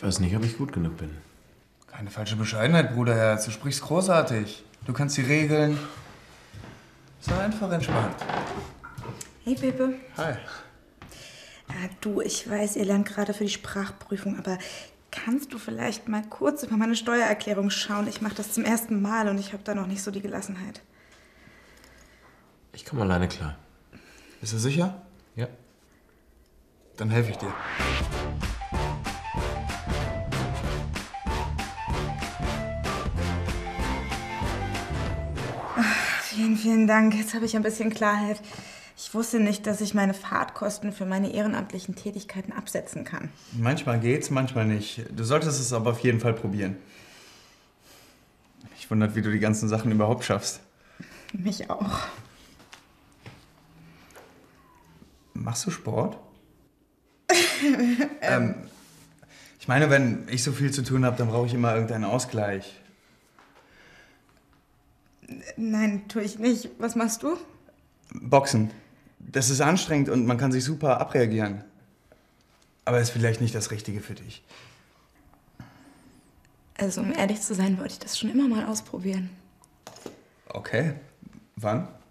weiß nicht, ob ich gut genug bin. Keine falsche Bescheidenheit, Bruderherz. Du sprichst großartig. Du kannst die Regeln. Sei einfach entspannt. Hey Pepe. Hi. Ah, du, ich weiß, ihr lernt gerade für die Sprachprüfung, aber kannst du vielleicht mal kurz über meine Steuererklärung schauen? Ich mache das zum ersten Mal und ich habe da noch nicht so die Gelassenheit. Ich komme alleine klar. Bist du sicher? Ja. Dann helfe ich dir. Vielen, vielen Dank. Jetzt habe ich ein bisschen Klarheit. Ich wusste nicht, dass ich meine Fahrtkosten für meine ehrenamtlichen Tätigkeiten absetzen kann. Manchmal geht's, manchmal nicht. Du solltest es aber auf jeden Fall probieren. Mich wundert, wie du die ganzen Sachen überhaupt schaffst. Mich auch. Machst du Sport? ähm, ich meine, wenn ich so viel zu tun habe, dann brauche ich immer irgendeinen Ausgleich. Nein, tue ich nicht. Was machst du? Boxen. Das ist anstrengend und man kann sich super abreagieren. Aber ist vielleicht nicht das Richtige für dich. Also, um ehrlich zu sein, wollte ich das schon immer mal ausprobieren. Okay. Wann?